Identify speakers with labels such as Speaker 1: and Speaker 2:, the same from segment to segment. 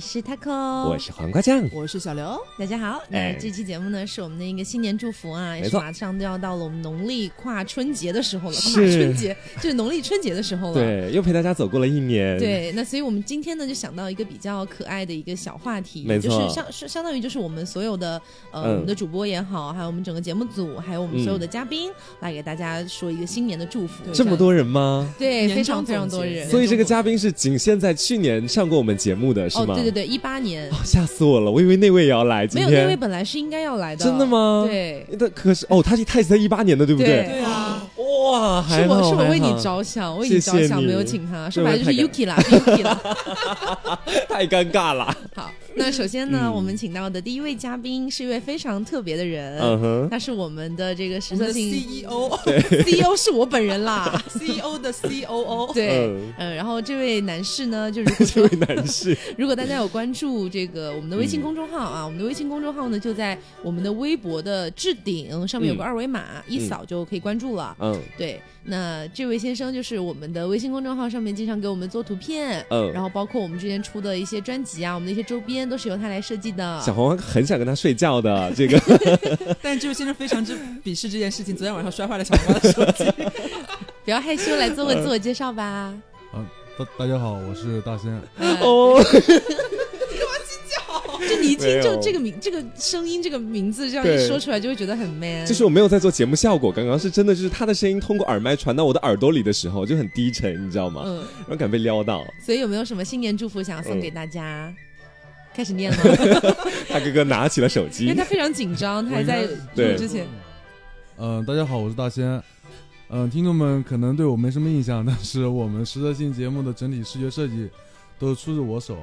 Speaker 1: 是 taco，
Speaker 2: 我是黄瓜酱。
Speaker 3: 我是小刘，
Speaker 1: 大家好，那
Speaker 2: 哎
Speaker 1: 这期节目呢是我们的一个新年祝福啊，也
Speaker 2: 没
Speaker 1: 是
Speaker 2: 错
Speaker 1: 马上就要到了我们农历跨春节的时候了，跨
Speaker 2: 是
Speaker 1: 春节就是农历春节的时候了。
Speaker 2: 对，又陪大家走过了一年。，
Speaker 1: 对，那所以我们今天呢，就想到一个比较可爱的一个小话题，
Speaker 2: 没
Speaker 1: 就是
Speaker 2: 错
Speaker 1: 相是相当于就是我们所有的呃、
Speaker 2: 嗯
Speaker 1: 我们的主播也好，还有我们整个节目组，还有我们所有的嘉宾，来给大家说一个新年的祝福。
Speaker 3: 对
Speaker 2: 这么多人吗？
Speaker 1: 对，
Speaker 3: 年
Speaker 1: 非常
Speaker 3: 终
Speaker 1: 非常
Speaker 3: 总
Speaker 1: 多
Speaker 3: 结
Speaker 1: 人。
Speaker 2: 所以这个嘉宾是仅限在去年上过我们节目的是
Speaker 1: 哦，
Speaker 2: 吗？
Speaker 1: 对对对，一八年、
Speaker 2: 哦吓死我了，我以为那位也要来。今
Speaker 1: 没有那位
Speaker 2: 天
Speaker 1: 本来是应该要来的，
Speaker 2: 真的？吗？。
Speaker 1: 对。
Speaker 2: 那可是哦，他是他也是在一八年的，对不
Speaker 1: 对
Speaker 3: 啊，
Speaker 2: 哇，还
Speaker 1: 是我
Speaker 2: 好
Speaker 1: 是我
Speaker 2: 还
Speaker 1: 为你
Speaker 2: 好
Speaker 1: 着想，为
Speaker 2: 谢
Speaker 1: 你着
Speaker 2: 谢
Speaker 1: 想，没有
Speaker 2: 你
Speaker 1: 请他，说
Speaker 2: 对
Speaker 1: 白
Speaker 2: 我
Speaker 1: 了就是
Speaker 2: 太感
Speaker 1: Yuki 啦 ，Yuki 啦。
Speaker 2: 太尴尬了。
Speaker 1: 好，那首先呢，
Speaker 2: 嗯
Speaker 1: 我们请到的第一位嘉宾是一位非常特别的人，
Speaker 2: 嗯哼，
Speaker 1: 他是我们的这个实
Speaker 3: 我
Speaker 1: 测
Speaker 3: 们的 E
Speaker 1: 性
Speaker 3: CEO
Speaker 1: CEO 是我本人 啦，
Speaker 3: CEO E 的 COO，
Speaker 1: 对。
Speaker 2: 嗯
Speaker 1: 呃，然后这位男士呢，就如果
Speaker 2: 这位男士，
Speaker 1: 如果大家有关注这个我们的微信公众号
Speaker 3: 嗯
Speaker 1: 啊，我们的微信公众号呢就在我们的微博的置顶上面有
Speaker 2: 嗯
Speaker 1: 个二维码，一扫就可以关注了。
Speaker 2: 嗯
Speaker 1: 对，那这位先生就是我们的微信公众号上面经常给我们做图片，
Speaker 2: 嗯，
Speaker 1: 然后包括我们之前出的一些专辑啊，我们的一些周边都是由他来设计的。
Speaker 2: 小黄很想跟他睡觉 的，这个
Speaker 3: 但这位先生非常之鄙视这件事情。昨天晚上摔坏了小黄的手机，
Speaker 1: 不要害羞，来做
Speaker 3: 嗯
Speaker 1: 个自我介绍吧。
Speaker 4: 呃大大家好，我是大仙。
Speaker 1: 嗯
Speaker 2: 哦，
Speaker 1: 就你一听
Speaker 2: 没
Speaker 1: 就
Speaker 2: 有
Speaker 1: 这个名、这个声音、这个名字这样
Speaker 2: 对
Speaker 1: 一说出来，就会觉得很 man。
Speaker 2: 就是我没有在做节目效果，刚刚是真的，就是他的声音通过耳麦传到我的耳朵里的时候，就很低沉，你知道吗？
Speaker 1: 嗯，
Speaker 2: 然后敢被撩到，
Speaker 1: 所以有没有什么新年祝福想要送给大
Speaker 2: 嗯
Speaker 1: 家？开始念了，
Speaker 2: 大哥哥拿起了手
Speaker 1: 因为
Speaker 2: 机
Speaker 1: 他，非常紧张，他还在
Speaker 2: 对
Speaker 1: 录之前。
Speaker 4: 嗯、大家好，我是大仙。嗯、听众们可能对我没什么印象，但是我们实测性节目的整体视觉设计都出自我手，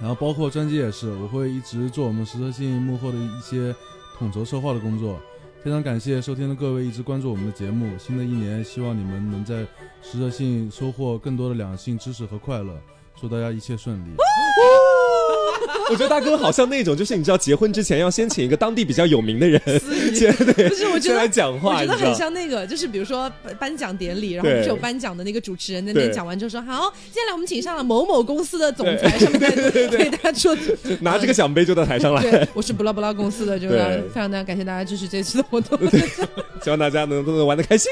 Speaker 4: 然后包括专辑也是，我会一直做我们实测性幕后的一些统筹策划的工作。非常感谢收听的各位一直关注我们的节目，新的一年希望你们能在实测性收获更多的两性知识和快乐，祝大家一切顺利。
Speaker 2: 我觉得大哥好像那种，就是你知道，结婚之前要先请一个当地比较有名的人，先对，
Speaker 1: 不是，我觉
Speaker 2: 先来
Speaker 1: 得。
Speaker 2: 讲
Speaker 1: 我
Speaker 2: 话，
Speaker 1: 觉
Speaker 2: 你
Speaker 1: 得
Speaker 2: 知
Speaker 1: 很
Speaker 2: 道。
Speaker 1: 像那个，就是比如说颁颁奖典礼，然后
Speaker 2: 对
Speaker 1: 不是有颁奖的那个主持人在那边
Speaker 2: 对
Speaker 1: 讲完之后说：“好，接下来我们请上了某某公司的总裁，上面 在对大家说，嗯
Speaker 2: 拿这个奖杯就到台上 来，
Speaker 1: 对，我是不拉不拉公司的，就是
Speaker 2: 对
Speaker 1: 非常的感谢大家支持这次的 活动。”
Speaker 2: 希望大家能都能玩的开心。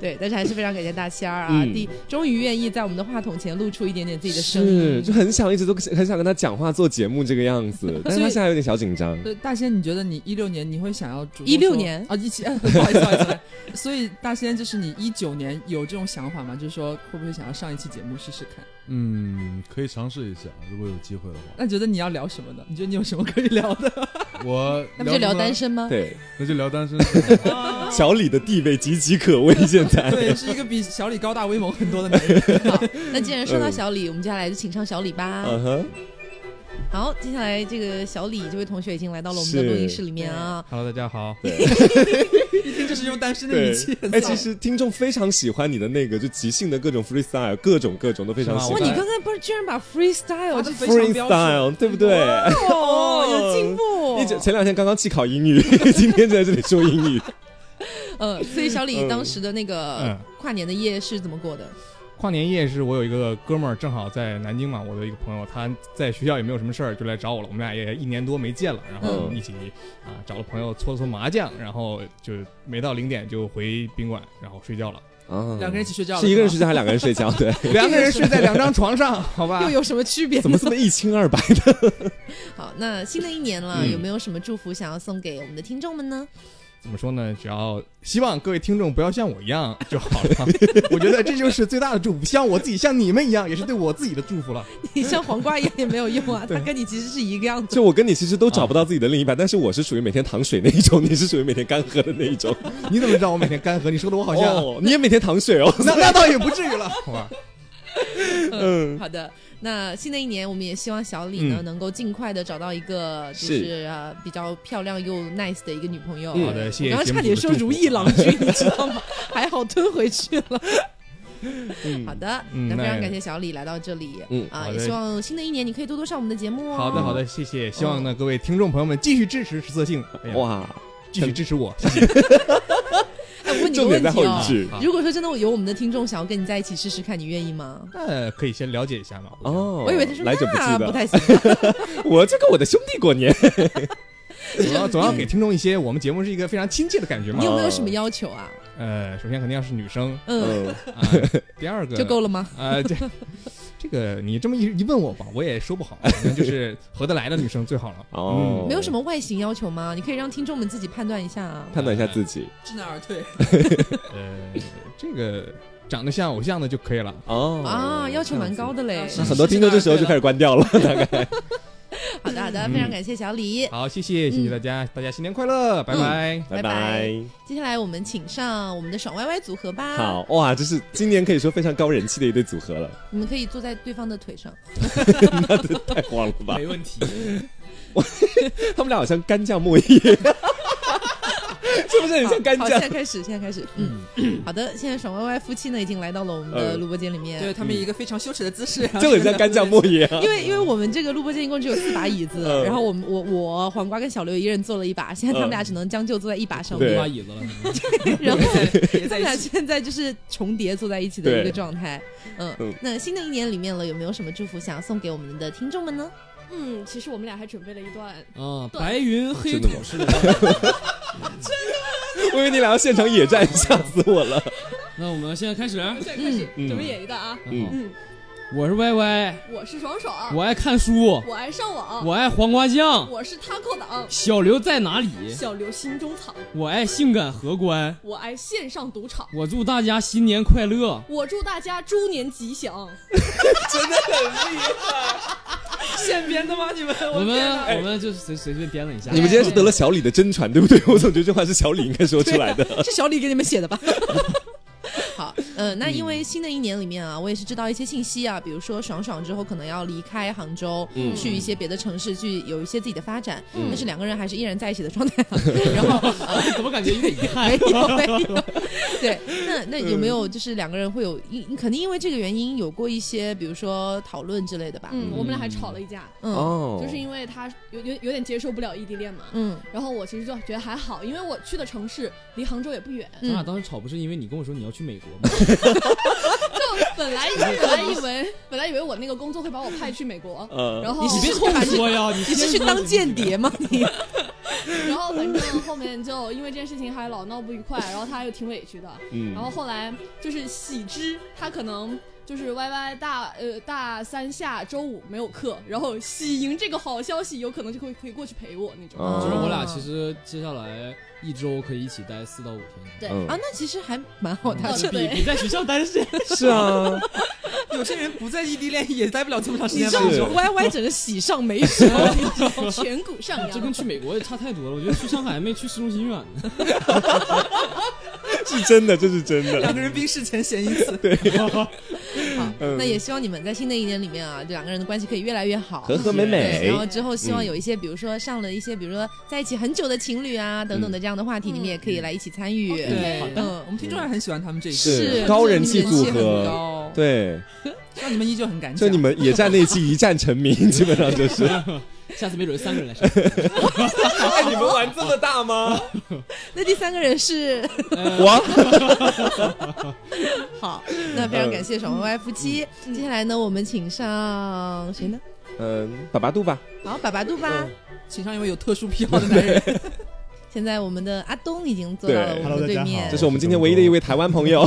Speaker 1: 对，但是还是非常感谢大仙儿啊，
Speaker 2: 嗯
Speaker 1: 第终于愿意在我们的话筒前露出一点点自己的声
Speaker 2: 是，
Speaker 1: 音。
Speaker 2: 就很想一直都很想跟他讲话做节目这个样 子，但是他现在有点小紧张。
Speaker 3: 对大仙，你觉得你一六年你会想要主动
Speaker 1: 16
Speaker 3: 说
Speaker 1: 年
Speaker 3: 啊？一起，哎不好意思，不好意思。 所以大仙，就是你一九年有这种想法吗？就是说会不会想要上一期节目试试看？
Speaker 4: 嗯，可以尝试一下，如果有机会的话。
Speaker 3: 那觉得你要聊什么呢？你觉得你有什么可以聊 的？
Speaker 4: 我
Speaker 1: 那不就聊单
Speaker 4: 身，
Speaker 1: 身吗？
Speaker 2: 对，
Speaker 4: 那就聊单身。
Speaker 2: 小李的地位岌岌可危，现在。
Speaker 3: 对，是一个比小李高大威猛很多的男人。
Speaker 1: 好，那既然说到小李，我们接下来就请上小李吧。
Speaker 2: 嗯哼，
Speaker 1: 好，接下来这个小李这位同学已经来到了我们的
Speaker 2: 是
Speaker 1: 录音室里面啊。
Speaker 4: Hello，大家好。
Speaker 3: 一听就是用单身的
Speaker 2: 对
Speaker 3: 语气，很，
Speaker 2: 哎，
Speaker 3: 丧
Speaker 2: 其实听众非常喜欢你的那个，就即兴的各种 freestyle，各种各种都非常喜
Speaker 4: 是吗
Speaker 1: 哇，
Speaker 4: 我
Speaker 2: 欢。
Speaker 1: 你刚才不是居然把 freestyle
Speaker 3: 我
Speaker 1: 这
Speaker 3: 就非常标准。
Speaker 2: freestyle，对不对？
Speaker 1: 哦，有进步
Speaker 2: 一直前两天刚刚弃考英语， 今天就在这里说英语。
Speaker 1: 嗯，所以小李
Speaker 2: 嗯
Speaker 1: 当时的那个
Speaker 5: 嗯
Speaker 1: 跨年的夜是怎么过的？
Speaker 5: 跨年夜是我有一个哥们儿，正好在南京嘛，我的一个朋友，他在学校也没有什么事儿，就来找我了。我们俩也一年多没见了，然后我们一起啊找了朋友搓了搓麻将，然后就没到零点就回宾馆，然后睡觉了。
Speaker 2: 啊
Speaker 3: 两个人一起睡觉了，
Speaker 2: 是一个人
Speaker 3: 吧
Speaker 2: 睡觉，还是两个人睡觉？对，
Speaker 5: 两个人睡在两张床 上，好吧
Speaker 1: 又？有什么区别
Speaker 2: 怎？么这么一清二白的？
Speaker 1: 好，那新的一年了，
Speaker 5: 嗯
Speaker 1: 有没有什么祝福想要送给我们的听众们呢？
Speaker 5: 怎么说呢？只要希望各位听众不要像我一样就好了。我觉得这就是最大的祝福，像我自己，像你们一样，也是对我自己的祝福了。
Speaker 1: 你像黄瓜一样也没有用啊，
Speaker 5: 对
Speaker 1: 他跟你其实是一个样子。
Speaker 2: 就我跟你其实都找不到自己
Speaker 5: 啊
Speaker 2: 的另一半，但是我是属于每天糖水那一种，你是属于每天干喝的那一种。
Speaker 5: 你怎么知道我每天干喝？你说的我好像、
Speaker 2: 哦，你也每天糖水哦。
Speaker 5: 那那倒也不至于了， 好吧？
Speaker 1: 嗯，好的。那新的一年，我们也希望小李呢、
Speaker 5: 嗯
Speaker 1: 能够尽快的找到一个就是
Speaker 2: 是
Speaker 1: 呃比较漂亮又 nice 的一个女朋友。
Speaker 2: 嗯
Speaker 5: 好的，谢谢。
Speaker 1: 我刚刚差点说如意郎君， 你知道吗？还好吞回去了。
Speaker 2: 嗯
Speaker 1: 好的，
Speaker 5: 嗯
Speaker 1: 那非
Speaker 5: 那
Speaker 1: 常
Speaker 5: 也
Speaker 1: 感谢小李来到这里。
Speaker 2: 嗯
Speaker 1: 啊，
Speaker 5: 好
Speaker 1: 也
Speaker 5: 的
Speaker 1: 希望新的一年你可以多多上我们的节目哦。
Speaker 5: 好的，好的，谢谢。希望呢，各位听众朋友们继续支持实色性，哎呀，
Speaker 2: 哇，
Speaker 5: 继续支持我，谢谢。
Speaker 1: 哎，我问你个
Speaker 2: 重点
Speaker 1: 问
Speaker 2: 在
Speaker 1: 题
Speaker 2: 后
Speaker 1: 哦
Speaker 2: 一。句。
Speaker 5: 啊
Speaker 1: 如果说真的有我们的听众想要跟你在一起试试看，你愿意吗？
Speaker 5: 那可以先了解一下嘛。我觉得，
Speaker 2: 哦，
Speaker 1: 我以为他说
Speaker 2: 来者
Speaker 1: 那
Speaker 2: 拒
Speaker 1: 不
Speaker 2: 的，
Speaker 1: 太行啊，
Speaker 2: 我就跟我的兄弟过年。
Speaker 5: 总要总要给听众一些我们节目是一个非常亲切的感觉嘛
Speaker 1: 你。有没有什么要求啊？
Speaker 5: 呃，首先肯定要是女生
Speaker 1: 嗯，
Speaker 2: 嗯，
Speaker 5: 啊， 第二个
Speaker 1: 就够了吗？
Speaker 5: 啊，这这个你这么一一问我吧，我也说不好，反正就是合得来的女生最好了。
Speaker 2: 哦，
Speaker 5: 嗯
Speaker 1: 没有什么外形要求吗？你可以让听众们自己判断一下啊。
Speaker 2: 判断一下自己。
Speaker 3: 知难而退。
Speaker 5: 呃，这个长得像偶像的就可以了。嗯
Speaker 2: 哦
Speaker 1: 啊，要求蛮高的嘞。
Speaker 3: 是
Speaker 2: 那很多听众这时候就开始关掉 了。
Speaker 1: 好的，好
Speaker 3: 嗯
Speaker 1: 的，非常感谢小李。
Speaker 5: 好，谢谢谢谢大家，大家新年快乐，拜拜。
Speaker 1: 拜拜
Speaker 2: 拜。
Speaker 1: 接下来我们请上我们的爽歪歪组合 吧。，
Speaker 2: 好哇，这是今年可以说非常高人气的一对组合了，
Speaker 1: 你们可以坐在对方的腿上。
Speaker 2: 太慌了吧？
Speaker 5: 问题，
Speaker 2: 他们俩好像干将莫邪，是不 是很像干
Speaker 1: 好，
Speaker 2: 将
Speaker 1: 现？在开始，现在开始。嗯，好的，现在爽歪歪夫妻呢已经来到了我们的
Speaker 2: 呃
Speaker 1: 录播间里面。
Speaker 3: 对他们一个非常羞耻的姿势啊，
Speaker 2: 就很 像干将莫邪啊！
Speaker 1: 因为因为我们这个录播间一共只有四把椅子，
Speaker 2: 嗯
Speaker 1: 然后我们我我黄瓜跟小刘一人坐了一把，现在他们俩只能将就坐在一把上
Speaker 2: 对
Speaker 1: 面，
Speaker 2: 把
Speaker 5: 椅子了。
Speaker 1: 然后
Speaker 3: 也
Speaker 1: 他
Speaker 3: 在
Speaker 1: 们俩
Speaker 3: 一起。
Speaker 1: 现在就是重叠坐在一起的一个
Speaker 2: 对
Speaker 1: 状态。嗯
Speaker 2: 嗯，
Speaker 1: 那新的一年里面了，有没有什么祝福想要送给我们的听众们呢？
Speaker 6: 嗯，其实我们俩还准备了一段，
Speaker 7: 啊，白云黑
Speaker 2: 哦真的
Speaker 7: 土
Speaker 2: 吗
Speaker 7: 似的。
Speaker 2: 我以为你俩要现场野战，吓死我了。
Speaker 7: 那我们现在开始。 啊
Speaker 6: 对，开始
Speaker 2: 嗯
Speaker 6: 准备演一段啊。
Speaker 2: 嗯，
Speaker 6: 嗯，
Speaker 7: 我是歪歪，
Speaker 6: 我是爽爽，
Speaker 7: 哎我爱看书，
Speaker 6: 我爱上网，
Speaker 7: 我爱黄瓜酱。
Speaker 6: 我是 taco 党，
Speaker 7: 小刘在哪里？
Speaker 6: 小刘心中藏，
Speaker 7: 我爱性感荷官。
Speaker 6: 我爱线上赌场。
Speaker 7: 我祝大家新年快乐！
Speaker 6: 我祝大家猪年 吉祥！
Speaker 3: 现编的吗？你们？
Speaker 7: 我
Speaker 3: 天哪
Speaker 7: 们我们就随随便编了一下哎
Speaker 2: 你。们今天是得了小李的真传，对不 对？我总觉得这话是小李应该说出来的。
Speaker 1: 是小李给你们写的吧？ 好，呃，那因为新的一年里面啊，我也是知道一些信息啊，比如说爽爽之后可能要离开杭州，
Speaker 2: 嗯
Speaker 1: 去一些别的城市去有一些自己的发展，
Speaker 2: 嗯
Speaker 1: 但是两个人还是依然在一起的状态、啊。 然后、呃、
Speaker 7: 怎么感觉有点遗憾
Speaker 1: 没？有没有， 对，那那有没有就是两个人会有因肯定因为这个原因有过一些比如说讨论之类的吧？
Speaker 6: 嗯，我们俩还吵了一架，
Speaker 1: 嗯
Speaker 2: 哦
Speaker 6: 就是因为他有有有点接受不了异地恋嘛。
Speaker 1: 嗯
Speaker 6: 然后我其实就觉得还好，因为我去的城市离杭州也不远，
Speaker 1: 嗯
Speaker 7: 咱俩当时吵不是因为你跟我说你要去美国吗？
Speaker 6: 就本来本来以为本来以为我那个工作会把我派去美国，
Speaker 2: 呃，
Speaker 6: 然后
Speaker 7: 你别后说 呀！你
Speaker 1: 你是去
Speaker 7: 先说
Speaker 1: 当间谍吗？ 你
Speaker 6: 然后反正后面就因为这件事情还老闹 不愉快，然后他又挺委屈的。
Speaker 2: 嗯
Speaker 6: 然后后来就是喜之，他可能就是歪歪大呃大三下周五没有课，然后喜迎这个好消息，有可能就会可以过去陪我那种。
Speaker 2: 哦
Speaker 7: 就是我俩其实接下来一周可以一起待四到五天，
Speaker 6: 对，
Speaker 2: 嗯
Speaker 1: 啊，那其实还蛮好的，
Speaker 6: 哦
Speaker 1: 这
Speaker 7: 比
Speaker 6: 对
Speaker 7: 比在学校 待时间
Speaker 2: 是啊，
Speaker 3: 有些人不在异地恋也待不了这么长时
Speaker 1: 你
Speaker 3: 间
Speaker 1: 知道
Speaker 3: 吧？
Speaker 2: 是
Speaker 1: 我 Y Y 整个喜上眉梢，你知道吗
Speaker 6: 颧骨上
Speaker 7: 这跟
Speaker 6: 扬。
Speaker 7: 去美国也差太多了。我觉得去上海还没去市中心远呢。
Speaker 2: 是真的，这是真的。
Speaker 3: 两个人冰释前嫌一次。
Speaker 1: 好，
Speaker 2: 嗯
Speaker 1: 那也希望你们在新的一年里面啊，这两个人的关系可以越来越好，
Speaker 2: 和和美
Speaker 1: 对
Speaker 2: 美
Speaker 1: 然，后之后希望有一些，比如说上了一些，比如说在一起很久的情侣啊等等的这样的话题，你们也可以来一起参
Speaker 6: 哦
Speaker 1: 与。
Speaker 2: 嗯
Speaker 3: 对，
Speaker 1: 嗯
Speaker 3: 我，们听众还很喜欢他们这一期，
Speaker 1: 是
Speaker 2: 是高人气
Speaker 1: 人气
Speaker 2: 组
Speaker 1: 很
Speaker 2: 合，
Speaker 3: 高，
Speaker 2: 对，
Speaker 3: 希望你们依旧很敢讲。
Speaker 2: 就你们野 战那期一战成名，基本上就 是。啊
Speaker 7: 下次没准三个人来 上海。
Speaker 2: 哎，你们玩这么大吗？
Speaker 1: 那第三个人是
Speaker 2: 我
Speaker 1: 好，那非常感谢爽歪歪夫妻。接下来呢，我们请上谁呢？
Speaker 2: 嗯，爸爸度吧，
Speaker 1: 好，爸爸杜吧。
Speaker 3: 请上一位有特殊癖好的男人。
Speaker 1: 现在我们的阿东已经坐到了
Speaker 2: 对
Speaker 1: 我们的
Speaker 5: Hello，
Speaker 1: 对
Speaker 5: 大家
Speaker 1: 面
Speaker 5: 好
Speaker 2: 这。是我们今天唯一的一位台湾朋友，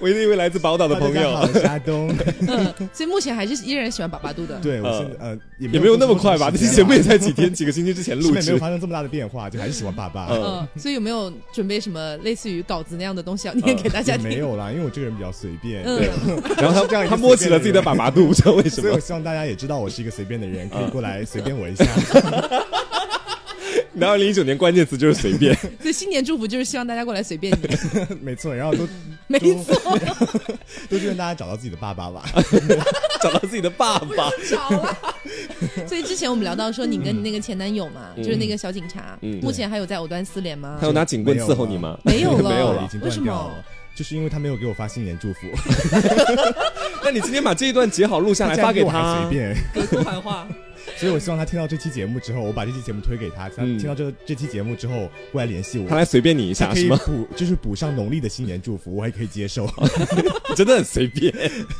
Speaker 2: 唯一的一位来自宝岛的朋
Speaker 8: 大家好，
Speaker 2: 友，
Speaker 8: 我是阿东。
Speaker 1: 嗯，所以目前还是依然喜欢爸爸杜的。
Speaker 8: 对，我
Speaker 2: 呃
Speaker 8: 现在呃也
Speaker 2: 也没有那么快吧？这期节目也才
Speaker 8: 在
Speaker 2: 几天、几个星期 之前录
Speaker 8: 没有
Speaker 2: 制。
Speaker 8: 发生这么大的变化，就还是喜欢爸爸。
Speaker 2: 嗯
Speaker 1: 嗯，所以有没有准备什么类似于稿子那样的东西要念给大家
Speaker 8: 嗯也
Speaker 1: 听？
Speaker 8: 呃没有啦，因为我这个人比较随便，
Speaker 1: 嗯
Speaker 8: 对，
Speaker 2: 然后
Speaker 8: 这样
Speaker 2: 他
Speaker 8: 一个
Speaker 2: 他摸起了自己的爸爸度，不知道为什
Speaker 8: 所以
Speaker 2: 么嗯
Speaker 8: 我。希望大家也知道我是一个随便的人，可以过来随便我 一下。
Speaker 2: 那二零一九年关键词就是随便，
Speaker 1: 所以新年祝福就是希望大家过来随便你。
Speaker 8: 没错，然后都
Speaker 1: 没错，
Speaker 8: 都祝愿大家找到自己的爸爸吧。
Speaker 2: 找到自己的爸爸。
Speaker 1: 少了。 所以之前我们聊到说，你跟你那个前男友嘛，
Speaker 2: 嗯
Speaker 1: 就是那个小警察，
Speaker 2: 嗯
Speaker 1: 目前还有在藕断丝连吗
Speaker 2: 他？有拿警棍伺候你吗？
Speaker 1: 没有了，
Speaker 2: 没有
Speaker 8: 已
Speaker 2: 了。
Speaker 8: 经
Speaker 1: 为
Speaker 8: 断
Speaker 1: 什
Speaker 8: 掉
Speaker 1: 么
Speaker 8: 了？。就是因为他没有给我发新年祝福，
Speaker 2: 那你今天把这一段截好录下来
Speaker 8: 他
Speaker 2: 发给
Speaker 8: 竟然我还
Speaker 2: 他
Speaker 8: 随，便，
Speaker 3: 隔空喊话，
Speaker 8: 所以我希望他听到这期节目之后，我把这期节目推给他，他
Speaker 2: 嗯
Speaker 8: 听到这这期节目之后过来联系我
Speaker 2: 他。来随便你一
Speaker 8: 他
Speaker 2: 下
Speaker 8: 可以
Speaker 2: 是吗？
Speaker 8: 补，就是补上农历的新年祝福，我还可以接受。
Speaker 2: 真的很随便。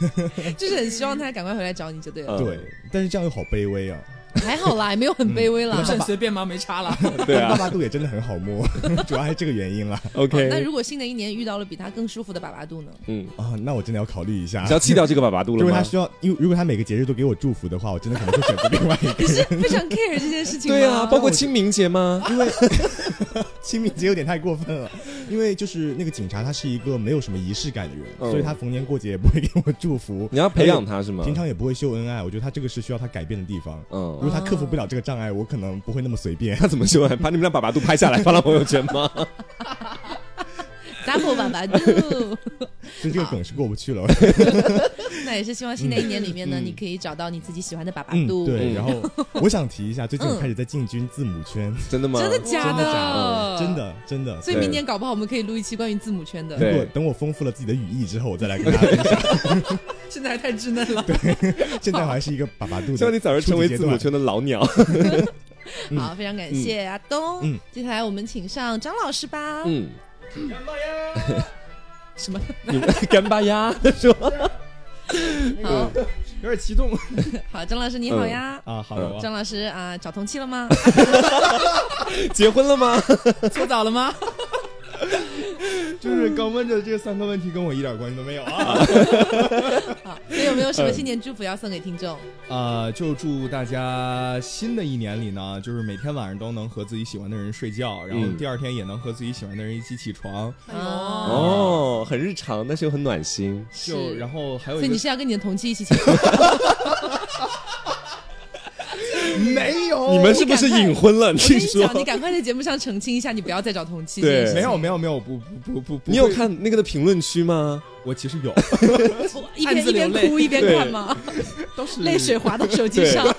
Speaker 1: 就是很希望他赶快回来找你就对了。
Speaker 2: 嗯
Speaker 8: 对，但是这样又好卑微啊！
Speaker 1: 还好啦，也没有很卑微
Speaker 2: 嗯
Speaker 1: 啦。
Speaker 3: 不是很随便吗？没差 了。
Speaker 2: 对
Speaker 8: 但爸
Speaker 2: 啊
Speaker 8: 爸肚也真的很好摸， 主要还是这个原因啊啦。
Speaker 2: ，OK，
Speaker 1: 哦那如果新的一年遇到了比他更舒服的粑粑 肚呢？
Speaker 2: 嗯，
Speaker 8: 啊，那我真的要考虑一下
Speaker 2: 你是。要弃掉这个粑粑肚
Speaker 8: 如
Speaker 2: 了
Speaker 8: 果他
Speaker 2: 吗？
Speaker 8: 需要， 因为如果他每个节日都给我祝福的话，我真的可能会选择另外一
Speaker 1: 你
Speaker 8: 个。
Speaker 1: 是非常 care 这件事情吗？
Speaker 2: 对啊，包括清明节吗？
Speaker 8: 因为清明节有点太过分了，因为就是那个警察他是一个没有什么仪式感的人，
Speaker 2: 嗯
Speaker 8: 所以他逢年过节也不会给我祝福，
Speaker 2: 你要培养他是吗？
Speaker 8: 平常也不会秀恩爱。我觉得他这个是需要他改变的地方。如
Speaker 2: 嗯，
Speaker 8: 果他克服不了这个障碍，我可能不会那么随便。
Speaker 2: 他怎么说？把你们俩粑粑肚拍下来发到朋友圈吗？
Speaker 1: double 粑粑肚。
Speaker 8: 所以这个 梗是过不去 了。
Speaker 1: 那也是希望新的一年里面呢，你可以找到你自己喜欢的粑粑
Speaker 8: 嗯，
Speaker 1: 肚。
Speaker 8: 对。
Speaker 2: 嗯
Speaker 8: 然 后我想提一下，最近我
Speaker 1: 嗯
Speaker 8: 开始在进军字母圈，
Speaker 2: 真的吗？
Speaker 1: 真的假
Speaker 8: 真的假
Speaker 1: 的？
Speaker 8: 真。的真的。
Speaker 1: 所以
Speaker 2: 对
Speaker 1: 明年搞不好我们可以录一期关于字母圈的。
Speaker 2: 对
Speaker 8: 等我 等我丰富了自己的语义之后，我再来跟大家分 享。
Speaker 3: 现在还太稚嫩了。
Speaker 8: 现在我还是一个粑粑肚
Speaker 2: 希望你
Speaker 8: 的。
Speaker 2: 早日成为字母圈的老 鸟。
Speaker 8: 嗯
Speaker 1: 好，非常感谢阿东。
Speaker 8: 嗯
Speaker 1: 接下来我们请上张老师吧。
Speaker 2: 嗯，
Speaker 1: 什么？
Speaker 2: 你们 干巴呀？说嗯
Speaker 1: 好，
Speaker 9: 有点激动
Speaker 1: 好，张老师你好呀。
Speaker 9: 啊！好
Speaker 2: 嗯
Speaker 9: 了，
Speaker 1: 张老师啊，找同期 了吗？
Speaker 2: 结婚了吗？
Speaker 1: 搓澡了吗？
Speaker 9: 就是刚问的这三个问题跟我一点关系都没有 啊。
Speaker 1: 好，所以有没有什么新年祝福要送给听众？
Speaker 9: 呃，就祝大家新的一年里呢，就是每天晚上都能和自己喜欢的人睡觉，然后
Speaker 2: 嗯
Speaker 9: 第二天也能和自己喜欢的人一起起床。
Speaker 1: 哎。
Speaker 3: 呦
Speaker 2: 哦，很日常，但是又很暖心。
Speaker 9: 就是然后还有
Speaker 1: 所以
Speaker 9: 一个
Speaker 1: 你是要跟你的同期一起请？
Speaker 9: 没有
Speaker 2: 你们是不是隐婚了？你
Speaker 1: 我跟你讲，你
Speaker 2: 说，
Speaker 1: 赶快在节目上澄清一下，你不要再找同期。
Speaker 2: 对
Speaker 9: 没有哦没有没有不不不不不，
Speaker 2: 你有？看那个的评论区吗？
Speaker 9: 我 其实有，
Speaker 1: 我一
Speaker 3: 暗
Speaker 1: 边
Speaker 3: 自
Speaker 1: 一边
Speaker 3: 流泪
Speaker 1: 哭一边看吗？
Speaker 9: 都是
Speaker 1: 泪水滑到手机上。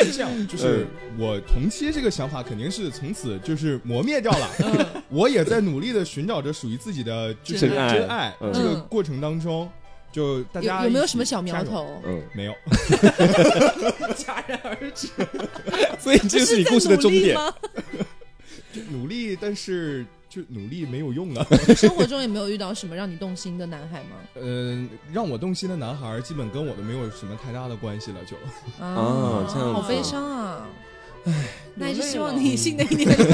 Speaker 9: 是这样，
Speaker 2: 嗯
Speaker 9: 就是我同期这个想法肯定是从此就是磨灭掉
Speaker 1: 嗯
Speaker 9: 了。我也在努力的寻找着属于自己的就是
Speaker 2: 真爱
Speaker 9: 真爱。
Speaker 2: 嗯
Speaker 9: 这个过程当中，就大
Speaker 1: 有
Speaker 9: 家
Speaker 1: 有没有
Speaker 9: 一起
Speaker 1: 什么小苗
Speaker 9: 加油？
Speaker 1: 头？
Speaker 2: 嗯，
Speaker 9: 没有，
Speaker 3: 戛然而止。
Speaker 2: 所以这就是你故事的终
Speaker 1: 不是在
Speaker 2: 点
Speaker 1: 努力。吗？
Speaker 9: 就努力，但是就努力没有用啊。
Speaker 1: 生活中也没有遇到什么让你动心的男孩吗？
Speaker 9: 嗯，让我动心的男孩儿基本跟我都没有什么太大的关系了，就
Speaker 2: 啊这样子
Speaker 1: 好悲伤啊！那还是
Speaker 3: 流泪
Speaker 1: 希望
Speaker 3: 了
Speaker 1: 你新的一年里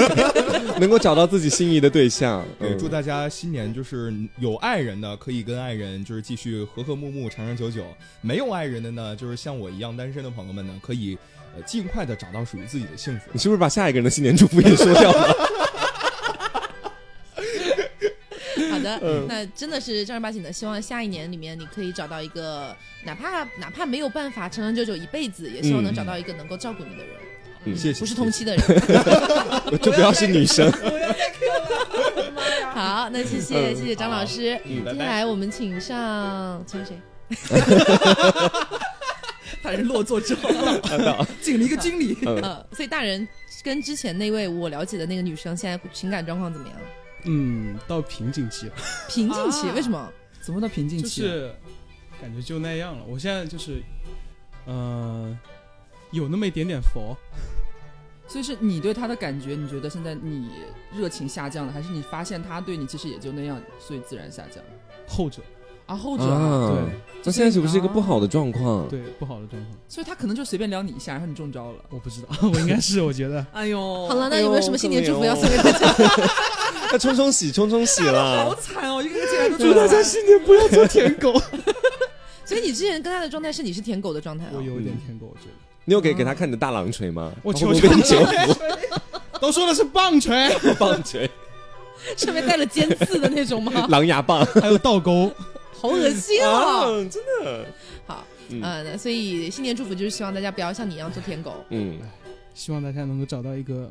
Speaker 2: 能够找到自己心仪的对象。
Speaker 9: 对，
Speaker 2: 嗯
Speaker 9: 祝大家新年就是有爱人的可以跟爱人就是继续和和睦睦、长长久久；没有爱人的呢，就是像我一样单身的朋友们呢，可以呃尽快的找到属于自己的幸福
Speaker 2: 你。是不是把下一个人的新年祝福也说掉了？
Speaker 1: 好的，那真的是正儿八经的，希望下一年里面你可以找到一个，哪怕哪怕没有办法长长久久一辈子，也希望能找到一个能够照顾你的人，
Speaker 2: 嗯
Speaker 9: 谢谢，
Speaker 1: 不
Speaker 9: 谢谢
Speaker 1: 是同期的人。
Speaker 2: 就不要是女 生。
Speaker 1: 好，那谢谢
Speaker 2: 嗯
Speaker 1: 谢谢张老师，
Speaker 2: 嗯
Speaker 1: 接下来我们请上请谁？
Speaker 3: 他人落座之后，敬了一个经理。
Speaker 1: 呃，所以大人跟之前那位我了解的那个女生，现在情感状况怎么样？
Speaker 10: 嗯，到瓶颈期了，
Speaker 1: 瓶颈期？
Speaker 3: 啊
Speaker 1: 为什么？
Speaker 3: 怎么到瓶颈
Speaker 10: 就
Speaker 3: 期了？
Speaker 10: 是感觉就那样了。我现在就是，嗯、有那么一点点佛，
Speaker 3: 所以是你对他的感觉，你觉得现在你热情下降了，还是你发现他对你其实也就那样，所以自然下降？
Speaker 10: 后者
Speaker 3: 啊，后者啊，
Speaker 2: 啊，那现在是不是一个不好的状况？
Speaker 10: 啊对不好的状况，
Speaker 3: 所以他可能就随便撩你一下，然后你中招了。
Speaker 10: 我不知道，我应该是我觉得
Speaker 3: 哎呦，哦
Speaker 1: 好了，，那有没有什么新年祝福要送给大家？
Speaker 2: 那冲冲喜，冲冲喜
Speaker 3: 好
Speaker 2: 啦！
Speaker 3: 惨哦，一个个竟然都祝大家新
Speaker 1: 所以你之前跟他的状态是你是舔狗的状态啊
Speaker 10: 我？有一点舔狗，我觉得。
Speaker 2: 你有给给他看你的大狼锤吗？
Speaker 10: 我
Speaker 2: 他会
Speaker 10: 求
Speaker 2: 不会
Speaker 10: 求
Speaker 2: 被你
Speaker 10: 你
Speaker 2: 折
Speaker 10: 都说的是棒槌，
Speaker 2: 服 棒锤、
Speaker 1: 上面带了尖刺的那 种吗？
Speaker 2: 狼牙棒？
Speaker 10: 还有倒钩，
Speaker 1: 好恶心
Speaker 2: 啊
Speaker 1: 哦！，
Speaker 2: 真的。
Speaker 1: 好，
Speaker 2: 嗯
Speaker 1: 呃，那所以新年祝福就是希望大家不要像你一样做舔狗。
Speaker 2: 嗯，
Speaker 10: 希望大家能够找到一个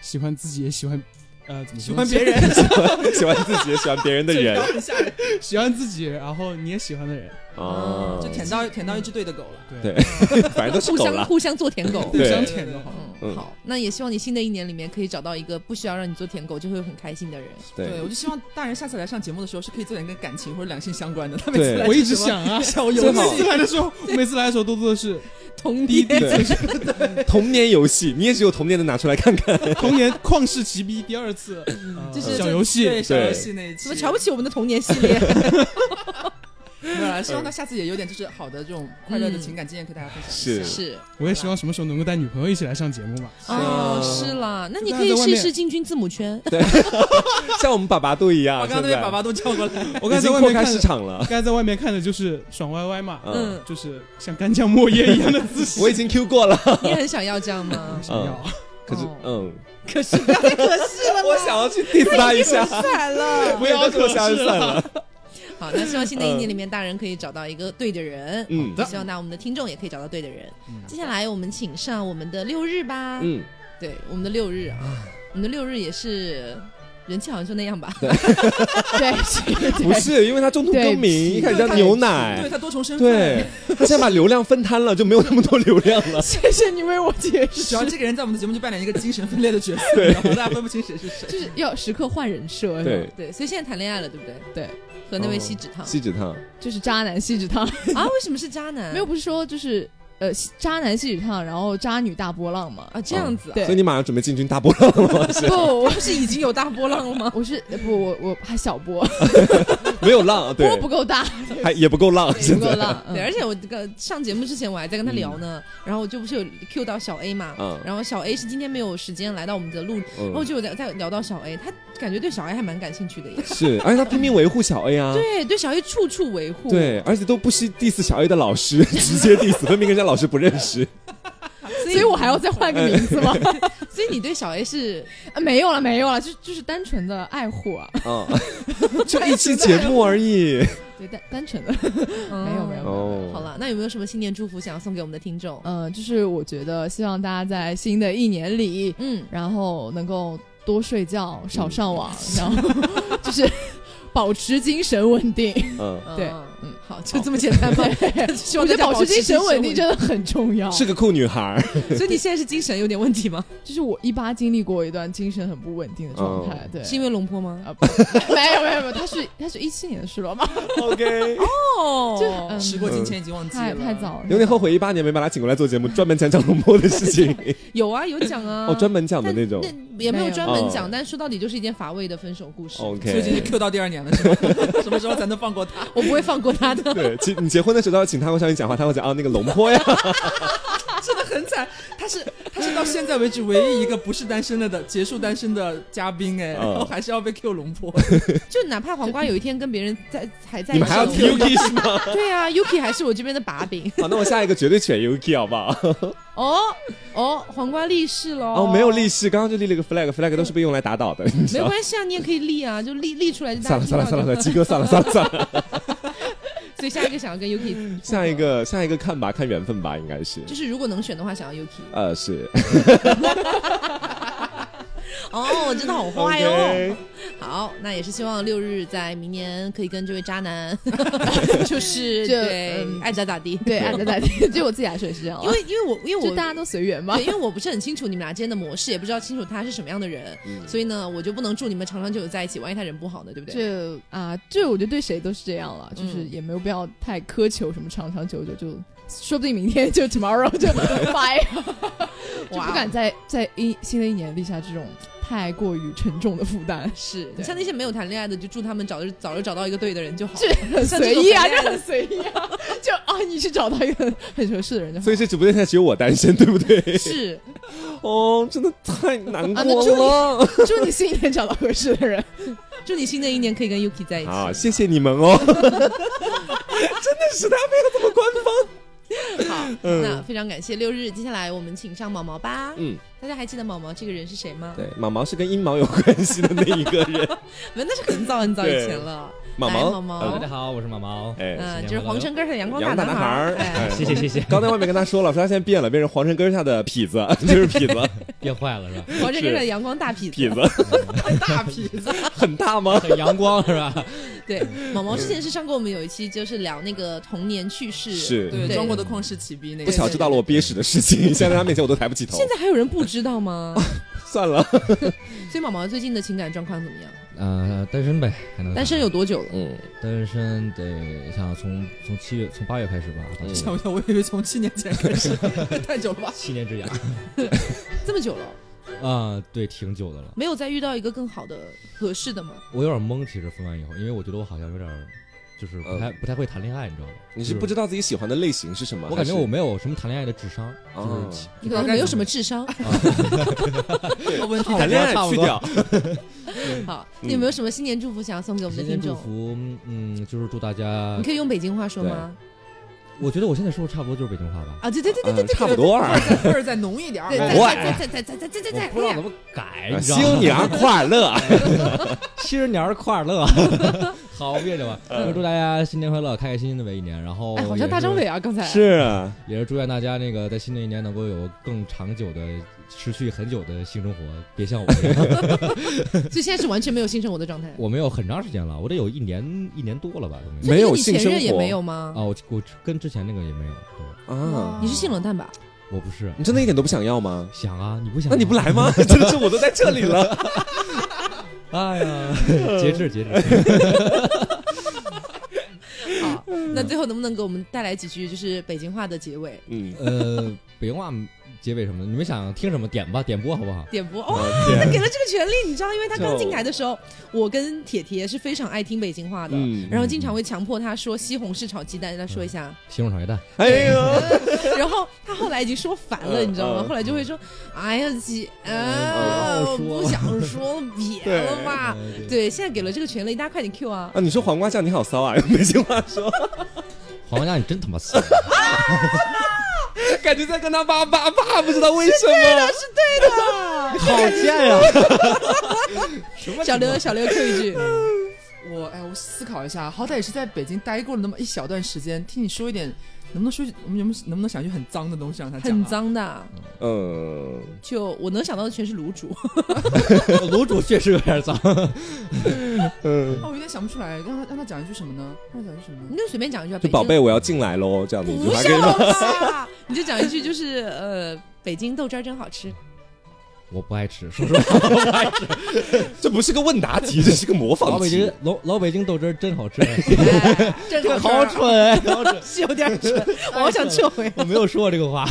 Speaker 10: 喜欢自己也喜欢，呃，怎么说
Speaker 9: 喜
Speaker 10: 呢
Speaker 9: 欢别人，
Speaker 2: 喜欢喜欢自己也喜欢别人的 人
Speaker 3: 一下，
Speaker 10: 喜欢自己，然后你也喜欢的人，
Speaker 2: 啊
Speaker 3: 就，舔到舔到一只对的狗了。
Speaker 10: 对，
Speaker 2: 对 反正都是
Speaker 1: 互
Speaker 2: 狗
Speaker 1: 相
Speaker 2: 啦。
Speaker 1: 互相做舔狗。
Speaker 10: 互
Speaker 2: 对
Speaker 10: 相舔就好了。
Speaker 1: 嗯，
Speaker 2: 嗯
Speaker 1: 好，那也希望你新的一年里面可以找到一个不需要让你做舔狗就会很开心的人。
Speaker 3: 对，
Speaker 2: 对
Speaker 3: 我就希望大人下次来上节目的时候 是可以做点跟感情或者两性相关的。他每
Speaker 2: 对
Speaker 3: 次来
Speaker 10: 我一
Speaker 3: 就
Speaker 10: 直
Speaker 3: 什么
Speaker 10: 想啊，
Speaker 3: 小游
Speaker 2: 最
Speaker 10: 我
Speaker 2: 好
Speaker 10: 每次
Speaker 3: 戏，
Speaker 10: 来的时候，每次来的时候都做的是
Speaker 1: 童年，
Speaker 2: 童年游戏，你也只有童年的拿出来看看。
Speaker 10: 童年旷世奇逼第二次，
Speaker 3: 就是
Speaker 10: 小游戏
Speaker 3: 对小游
Speaker 2: 对
Speaker 3: 戏那一期，
Speaker 1: 怎么瞧不起我们的童年系列？
Speaker 3: 没有啦，希望他下次也有点就是好的这种快乐的情感经验跟大家分享一下。
Speaker 2: 是
Speaker 1: 是
Speaker 10: 我也希望什么时候能够带女朋友一起来上节目吧。
Speaker 1: 哦，
Speaker 10: 啊
Speaker 1: 是啦，那你
Speaker 10: 大
Speaker 1: 可
Speaker 10: 家
Speaker 1: 以
Speaker 10: 在外
Speaker 1: 试
Speaker 10: 面
Speaker 1: 试进军字母圈。
Speaker 2: 像我们爸爸都一样，
Speaker 3: 我刚
Speaker 2: 现
Speaker 3: 刚都
Speaker 2: 在
Speaker 3: 被爸爸都叫过来，
Speaker 10: 我刚
Speaker 2: 已
Speaker 10: 才在
Speaker 2: 经
Speaker 10: 外
Speaker 2: 扩
Speaker 10: 面
Speaker 2: 开
Speaker 10: 看
Speaker 2: 市
Speaker 10: 了，
Speaker 2: 场了
Speaker 10: 刚。才在外面看的就是爽歪歪嘛，
Speaker 2: 嗯，
Speaker 10: 就是像干将莫邪一样的姿势。
Speaker 2: 我已经 Q 过了，
Speaker 1: 你很想要这样 吗？
Speaker 10: 想要
Speaker 2: 嗯可是嗯，
Speaker 1: 可是 不要再可惜了
Speaker 2: 我想要去 diss 他一下，
Speaker 1: 惨了。
Speaker 2: 不要可下散了。
Speaker 1: 好，那希望新的一年里面，大人可以找到一个对的人。
Speaker 2: 嗯
Speaker 1: 也希望那我们的听众也可以找到对的人。接下来我们请上我们的六日吧。
Speaker 2: 嗯，
Speaker 1: 对，我们的六日啊，我们的六日也是人气好像就那样 吧。
Speaker 11: 对，
Speaker 2: 不是，因为他中途更名，一开始叫
Speaker 3: 对
Speaker 2: 牛
Speaker 3: 对
Speaker 2: 奶，
Speaker 3: 他多重身份，
Speaker 2: 对，他现在把流量分摊了，就没有那么多流量了。
Speaker 11: 谢谢你为我解释，
Speaker 3: 只要这个人在我们的节目就扮演一个精神分裂的角色，对，然后大家分不清谁是谁。
Speaker 11: 就是要时刻换人设，
Speaker 2: 对，嗯
Speaker 1: 对，所以现在谈恋爱了，对不对？
Speaker 11: 对，
Speaker 1: 和那位锡纸烫
Speaker 2: 锡纸烫，
Speaker 11: 就是渣男锡纸烫，
Speaker 1: 哦啊？为什么是渣 男？
Speaker 11: 没有不是说就是呃渣男锡纸烫，然后渣女大波浪嘛，
Speaker 1: 啊，这样子啊？
Speaker 11: 对
Speaker 2: 所以你马上准备进军大波浪了吗？是
Speaker 11: 不，我
Speaker 1: 不是已经有大波浪了吗？啊
Speaker 11: 我是不我我还小 波，
Speaker 2: 没有浪，对
Speaker 11: 波，不够大，
Speaker 2: 还也不够浪，
Speaker 11: 不
Speaker 2: 现
Speaker 11: 够
Speaker 2: 在
Speaker 11: 浪，
Speaker 1: 对，而
Speaker 11: 且
Speaker 1: 且我这个上节目之前我还在跟他聊呢，然后我就不是有 Q 到小 A 嘛，
Speaker 2: 嗯
Speaker 1: 然后小 A 是今天没有时间来到我们的录，然后
Speaker 2: 嗯，
Speaker 1: 就有在在聊到小 A，他感觉对小 A 还蛮感兴趣的耶，
Speaker 2: 是，而且他拼命维护小 A 啊。
Speaker 1: 对对，小 A 处处维护，，
Speaker 2: 对，而且都不惜 diss 小 A 的老师，直接 diss，分明跟人家老师不认识。
Speaker 1: 所
Speaker 11: 所以我还要再换个名字吗？
Speaker 1: 所以你对小 A 是
Speaker 11: 啊没有了没有了，就就是单纯的爱护啊，
Speaker 1: 嗯
Speaker 2: 啊，就一期节目而已。
Speaker 11: 对单单纯的，
Speaker 1: 没
Speaker 11: 有没有
Speaker 2: 哦，
Speaker 1: 好，了，那有没有什么新年祝福想要送给我们的听众？
Speaker 11: 嗯，就是我觉得希望大家在新的一年里，
Speaker 1: 嗯，
Speaker 11: 然后能够多睡觉，少上网，然后 就是保持精神稳定。
Speaker 2: 嗯，
Speaker 11: 对
Speaker 1: 嗯
Speaker 11: 嗯
Speaker 1: 好，就这么简 单吗？希望
Speaker 11: 我觉
Speaker 1: 大
Speaker 11: 得
Speaker 1: 家
Speaker 11: 保持精神稳定
Speaker 1: 精
Speaker 11: 真的很重要。
Speaker 2: 是个酷女孩儿。
Speaker 1: 神，所以你现在是精神有点问题吗？
Speaker 11: 就是我一八经历过一段精神很不稳定的状态，对，
Speaker 1: 是因为龙坡吗？
Speaker 11: 啊不 没有没
Speaker 1: 嗯
Speaker 11: 有没有，他 是他是一七年的事了吗？ 嗯
Speaker 2: OK，
Speaker 1: 哦
Speaker 11: 就嗯，
Speaker 3: 时过境迁已经忘记
Speaker 11: 太
Speaker 3: 了，
Speaker 11: 太早了，
Speaker 2: 有点后悔一八年没把他请过来做节目，专门讲讲龙波的事 情。
Speaker 1: 有啊，有奖啊，
Speaker 2: 哦，专门讲的
Speaker 1: 但
Speaker 2: 那种。
Speaker 1: 那也没有专门讲，
Speaker 2: 哦
Speaker 1: 但说到底就是一件乏味的分手故事。
Speaker 3: 所以今
Speaker 2: OK，
Speaker 3: 天 Q 到第二年了，是 吗？什么时候才能放过他？
Speaker 1: 我不会放过他的。
Speaker 2: 对，其你结婚的时候要请他会上去讲话，他会讲啊那个龙坡 呀，
Speaker 3: 真的很惨，他是他是到现在为止唯一一个不是单身了的结束单身的嘉宾哎，
Speaker 2: 嗯
Speaker 3: 然后还是要被 Q 龙婆，
Speaker 1: 就哪怕黄瓜有一天跟别人在还在
Speaker 2: 你们还要
Speaker 1: 一起
Speaker 2: Yuki 是吗？
Speaker 1: 对啊，Yuki 还是我这边的把柄。
Speaker 2: 好，啊那我下一个绝对选 Yuki 好不好？
Speaker 1: 哦哦，黄瓜立誓喽。
Speaker 2: 哦，没有立誓，刚刚就立了个 flag，flag 都是被用来打倒的，你知
Speaker 1: 没
Speaker 2: 道吗？
Speaker 1: 关系啊，你也可以立啊，就立立出来就大
Speaker 2: 算
Speaker 1: 家
Speaker 2: 了
Speaker 1: 知道
Speaker 2: 算了
Speaker 1: 就
Speaker 2: 算了算了，鸡哥 算了算了算了，
Speaker 1: 所以下一个想要跟 Yuki，
Speaker 2: 下一个下一个看吧，看缘分吧，应该是。
Speaker 1: 就是如果能选的话，想要 Yuki。
Speaker 2: 呃，是。
Speaker 1: 哦，真的好坏
Speaker 2: OK
Speaker 1: 哦。好，那也是希望六日在明年可以跟这位 渣男， 就是
Speaker 11: 就
Speaker 1: 对
Speaker 11: 嗯
Speaker 1: 爱咋咋地。
Speaker 11: 对，按着在听，就我自己来说也是这样啊，
Speaker 1: 因为因为我因为
Speaker 11: 就
Speaker 1: 我
Speaker 11: 大家都随缘嘛
Speaker 1: 对，。因为我不是很清楚你们俩之间的模式，也不知道清楚他是什么样的人，
Speaker 2: 嗯
Speaker 1: 所以呢，我就不能祝你们长长久久在一起，万一他人不好呢，对不对？
Speaker 11: 就啊，这我觉得对谁都是这样了，就是
Speaker 1: 嗯
Speaker 11: 也没有必要太苛求什么长长久久，就说不定明天就 tomorrow 就 bye，就
Speaker 1: 哇
Speaker 11: 不
Speaker 1: 哦
Speaker 11: 敢在在一新的一年立下这种太过于沉重的负担，
Speaker 1: 是
Speaker 11: 对
Speaker 1: 像那些没有谈恋爱的，就祝他们早日早日找到一个对的人就好了。
Speaker 11: 这很
Speaker 1: 像
Speaker 11: 随
Speaker 1: 这种
Speaker 11: 意啊，
Speaker 1: 谈
Speaker 11: 这
Speaker 1: 恋爱的
Speaker 11: 很随意 啊，就啊，你去找到一个很合适的人就好
Speaker 2: 所。以这直播间现在只有我单身，对不对？
Speaker 1: 是，
Speaker 2: 哦，真的太难
Speaker 11: 啊那
Speaker 2: 过
Speaker 11: 祝
Speaker 2: 了。
Speaker 11: 祝你新一年找到合适的人。
Speaker 1: 祝你新的一年可以跟 Yuki 在一起。
Speaker 2: 好，谢谢你们哦。
Speaker 1: 好那非常感谢六日，接下来我们请上毛毛吧。
Speaker 2: 嗯，
Speaker 1: 大家还记得毛毛这个人是谁吗？
Speaker 2: 对，毛毛是跟阴毛有关系的那一个 人。
Speaker 1: 没，那是很早很早以前了。
Speaker 2: 毛
Speaker 1: 来
Speaker 2: 毛，
Speaker 1: 毛毛
Speaker 2: 嗯
Speaker 6: 大家好，我是毛毛。
Speaker 2: 哎，
Speaker 1: 嗯，
Speaker 6: 新年
Speaker 1: 就是
Speaker 6: 快乐
Speaker 1: 皇城根上的阳光
Speaker 2: 杨大
Speaker 1: 男
Speaker 2: 男孩
Speaker 1: 儿。
Speaker 2: 儿，
Speaker 1: 哎，
Speaker 2: 哎
Speaker 6: 谢谢谢谢，
Speaker 2: 刚才外面跟他说了，说他现在变了，变成皇城根下的痞 子，就是痞子，
Speaker 6: 变坏了是吧？
Speaker 1: 皇城根上的阳光大痞
Speaker 2: 嗯痞
Speaker 1: 子。
Speaker 2: 子
Speaker 3: 大痞子，
Speaker 2: 很大吗？
Speaker 6: 很阳光是吧？
Speaker 1: 对，毛毛之前是上过我们有一期，就是聊那个童年趣事。。
Speaker 2: 是，
Speaker 3: 对
Speaker 1: 对
Speaker 3: 中国的旷世奇兵那个，
Speaker 2: 不巧知道了我憋屎的事情， 现在在他面前我都抬不起头
Speaker 1: 现。在还有人不知道吗？
Speaker 2: 算了，
Speaker 1: 所以毛毛最近的情感状况怎么样？
Speaker 7: 呃，单身呗，还能
Speaker 1: 单身有多久了？
Speaker 2: 嗯，
Speaker 7: 单身得想从从七月从八月开始吧，
Speaker 1: 嗯
Speaker 7: 到现在
Speaker 3: 吓我一跳，我以为从七年前开始， 太久了吧？
Speaker 7: 七年之 痒
Speaker 1: 这么久了，
Speaker 7: 啊，对，挺久的了。
Speaker 1: 没有再遇到一个更好的合适的吗？
Speaker 7: 我有点懵，其实分完以后，因为我觉得我好像有点儿就是不太、
Speaker 2: 嗯
Speaker 7: 不太会谈恋爱，你知道吗？
Speaker 2: 你是
Speaker 7: 就
Speaker 2: 不知道自己喜欢的类型是什么？
Speaker 7: 我感觉
Speaker 2: 还是
Speaker 7: 我没有什么谈恋爱的智商，
Speaker 2: 哦
Speaker 7: 就是
Speaker 1: 你可能没有什么智
Speaker 7: 啊
Speaker 1: 商。
Speaker 3: 问题
Speaker 2: 谈恋爱
Speaker 7: 差不
Speaker 2: 去
Speaker 7: 多
Speaker 2: 掉， 嗯
Speaker 1: 好，
Speaker 7: 嗯
Speaker 1: 你有没有什么新年祝福想要送给我们的
Speaker 7: 新年
Speaker 1: 听
Speaker 7: 祝
Speaker 1: 众？
Speaker 7: 福，嗯，就是祝大家
Speaker 1: 你，可以用北京话说吗？
Speaker 7: 我觉得我现在说的差不多就是北京话吧，
Speaker 1: 啊，对对对对对
Speaker 2: 嗯，
Speaker 1: 对，
Speaker 2: 差不多
Speaker 3: 味
Speaker 2: 啊。
Speaker 3: 儿再味儿再浓 一点儿。
Speaker 1: 对，
Speaker 2: 我
Speaker 1: 再再再再再再再再
Speaker 7: 我不知道
Speaker 1: 再
Speaker 7: 怎么改，你知道吗？
Speaker 2: 新年快乐！
Speaker 7: 新年快乐， 好别扭啊！
Speaker 2: 嗯
Speaker 7: 就祝大家新年快乐，开开心心的每一年。然后，
Speaker 1: 哎，好像大张伟，啊，刚才
Speaker 2: 是啊，
Speaker 7: 也是祝愿大家那个在新的一年能够有更长久的、持续很久的性生活，别像我一样，
Speaker 1: 所以现在是完全没有性生活的状态。
Speaker 7: 我没有很长时间了，我得有一年一年多了吧，都没有。
Speaker 2: 没有
Speaker 1: 所以你
Speaker 2: 性
Speaker 1: 前
Speaker 2: 生
Speaker 1: 任也
Speaker 2: 活
Speaker 1: 没有吗？
Speaker 7: 啊，我我跟之前那个也没有，对，
Speaker 2: 啊！
Speaker 1: 你是性冷淡吧？
Speaker 7: 我不是
Speaker 2: 你真的一点都不想要吗？
Speaker 7: 想啊，你不想？
Speaker 2: 那你不？来 吗？ 真的是我都在这里了。
Speaker 7: 哎呀， 节制节制，
Speaker 1: 好，那最后能不能给我们带来几句就是北京话的结尾
Speaker 2: 嗯，
Speaker 7: 呃，北京话结尾什么的，你们想听什么点吧，点播好不好？
Speaker 1: 点播？
Speaker 2: 好
Speaker 1: 哦，
Speaker 2: 天
Speaker 1: 他给了这个权利，你知道，因为他刚
Speaker 2: 就
Speaker 1: 进来的时候，我跟铁铁是非常爱听北京话的，
Speaker 2: 嗯
Speaker 1: 然后经常会强迫他说西红柿炒鸡蛋，他说一下，
Speaker 7: 西红柿炒鸡蛋，
Speaker 2: 哎呦，
Speaker 1: 然后他后来已经说烦了，
Speaker 2: 嗯
Speaker 1: 你知道吗？
Speaker 2: 嗯
Speaker 1: 后来就会说，哎呀姐，
Speaker 7: 嗯
Speaker 1: 啊，我
Speaker 7: 不要说
Speaker 1: 不想说了，别了
Speaker 2: 哎
Speaker 1: 吧。
Speaker 7: 呃对
Speaker 1: 对，现在给了这个权利，大家快点 Q 啊！
Speaker 2: 啊，你说黄瓜酱你好骚啊，用北京话说，
Speaker 7: 黄瓜酱你真他妈骚。
Speaker 2: 感觉在跟他叭叭叭，不知道为什么。
Speaker 7: 好贱呀、
Speaker 2: 啊
Speaker 1: 小刘，小刘 Q 一句，
Speaker 3: 我哎，我思考一下，好歹也是在北京待过了那么一小段时间，听你说一点，能不能说一句，我们能不能能不能想一句很脏的东西让他讲、啊
Speaker 1: 很，脏的，啊
Speaker 2: 嗯，
Speaker 1: 就我能想到的全是 卤煮。
Speaker 7: 卤煮确实有点脏。
Speaker 2: 嗯
Speaker 3: 哦，我有点想不出来，让他让他讲一句什么 呢？让他讲一句什么呢
Speaker 1: 你？就随便讲一句啊，
Speaker 2: 就
Speaker 1: 北京
Speaker 2: 宝贝，我要进来喽，这样的一句
Speaker 1: 不
Speaker 2: 话
Speaker 1: 是啊
Speaker 2: 可以吗？
Speaker 1: 吧？你就讲一句，就是呃，北京豆汁儿真好吃。
Speaker 7: 我不爱吃，说实话，
Speaker 2: 这不是个问答题，这是个模
Speaker 7: 老
Speaker 2: 仿
Speaker 7: 北
Speaker 2: 题
Speaker 7: 京。老老北京豆汁儿真 好吃，
Speaker 1: 哎真好吃
Speaker 7: 好
Speaker 1: 儿，
Speaker 7: 蠢，
Speaker 1: 是有点蠢， 我好想撤回。
Speaker 7: 我没有说过这 个话。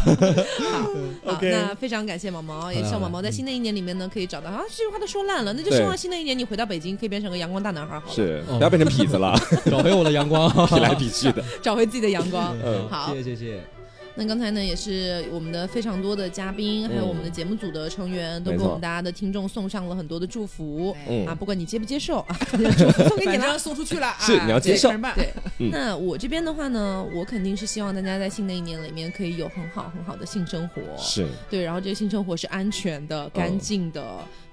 Speaker 1: 好，那非常感谢毛毛，也希望毛毛在新的一年里面呢，可以找到啊，这句话都说烂了，那就希望新的一年你回到北京，可以变成个阳光大男孩，好了，
Speaker 2: 是，
Speaker 7: 哦
Speaker 2: 不要变成痞子了，
Speaker 7: 找回我的阳光，
Speaker 2: 痞来痞去的。
Speaker 1: 找回自己的阳光。
Speaker 2: 嗯
Speaker 1: 好
Speaker 7: 谢谢谢谢，
Speaker 1: 那刚才呢，也是我们的非常多的嘉宾，还有我们的节目组的成员，都
Speaker 2: 没
Speaker 1: 给
Speaker 2: 错
Speaker 1: 我们大家的听众送上了很多的祝福
Speaker 2: 嗯
Speaker 1: 啊，不管你接不接受啊，祝福送给你
Speaker 3: 反
Speaker 1: 了
Speaker 3: 正。送出去了，啊
Speaker 2: 是你要接受
Speaker 3: 别看着办
Speaker 1: 对，
Speaker 2: 嗯
Speaker 1: 那我这边的话呢，我肯定是希望大家在新的一年里面可以有很好很好的性生活，
Speaker 2: 是，
Speaker 1: 对，然后这个性生活是安全的、
Speaker 2: 嗯
Speaker 1: 干净的、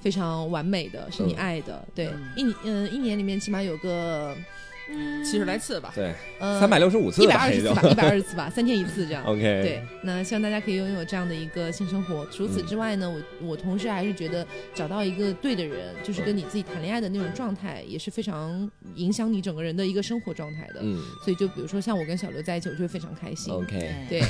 Speaker 1: 非常完美的，是你爱的，对，一年嗯、一年里面起码有个嗯
Speaker 3: 七十来次吧。
Speaker 2: 对，
Speaker 1: 呃
Speaker 2: 三百六十五次
Speaker 1: 一
Speaker 2: 吧
Speaker 1: 百二十次
Speaker 2: 也就
Speaker 1: 吧，一百二十次吧，三天一次这 样。
Speaker 2: OK，
Speaker 1: 对，，那希望大家可以拥有这样的一个性生活。除此之外呢，我我同时还是觉得找到一个对的人，就是跟你自己谈恋爱的那种状态，也是非常影响你整个人的一个生活状态的。
Speaker 2: 嗯
Speaker 1: 所以就比如说像我跟小刘在一起，我就会非常开心。
Speaker 2: ，OK，
Speaker 1: 对，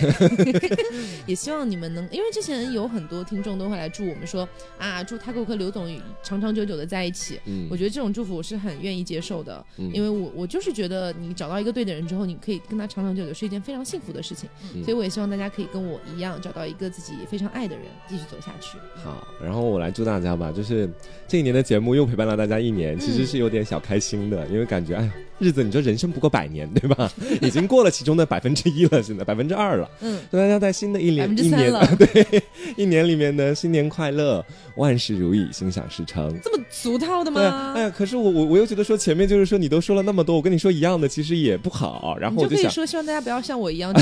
Speaker 1: 也希望你们能，因为之前有很多听众都会来祝我们说啊，祝 Taco 和刘总长长久久的在一起。
Speaker 2: 嗯
Speaker 1: 我觉得这种祝福我是很愿意接受的，
Speaker 2: 嗯
Speaker 1: 因为我我就是觉得你找到一个对的人之后，你可以跟他长长久久是一件非常幸福的事情。
Speaker 2: 嗯
Speaker 1: 所以我也希望大家可以跟我一样，找到一个自己非常爱的人，继续走下去。
Speaker 2: 好，然后我来祝大家吧，就是这一年的节目又陪伴了大家一
Speaker 1: 嗯
Speaker 2: 年，其实是有点小开心的，因为感觉哎呀，日子你说人生不过百年对 吧？已经过了其中的百分之一了，现在百分之二了。
Speaker 1: 嗯，
Speaker 2: 祝大家在新的一
Speaker 1: 百
Speaker 2: 年
Speaker 1: 分之
Speaker 2: 一
Speaker 1: 三
Speaker 2: 年
Speaker 1: 了
Speaker 2: 对一年里面呢，新年快乐，万事如意，心想事成。
Speaker 1: 这么俗套的
Speaker 2: 对啊，
Speaker 1: 吗？
Speaker 2: 哎呀，可是我我我又觉得说前面就是说你都说了那么多，我跟你说一样的，其实也不好。然
Speaker 1: 你
Speaker 2: 后我
Speaker 1: 可以
Speaker 2: 想，
Speaker 1: 说，希望大家不要像我一样。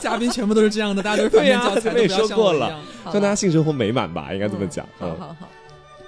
Speaker 3: 嘉宾全部都是这样的，大家都是反面
Speaker 2: 对呀
Speaker 3: 教材，都不要
Speaker 2: 前面也说
Speaker 3: 像
Speaker 2: 过
Speaker 3: 我一
Speaker 2: 了
Speaker 3: 样。
Speaker 1: 好
Speaker 2: 祝大
Speaker 1: 吧
Speaker 2: 家性生活美满吧，应该这么讲
Speaker 3: 嗯
Speaker 1: 好
Speaker 2: 啊。
Speaker 1: 好好，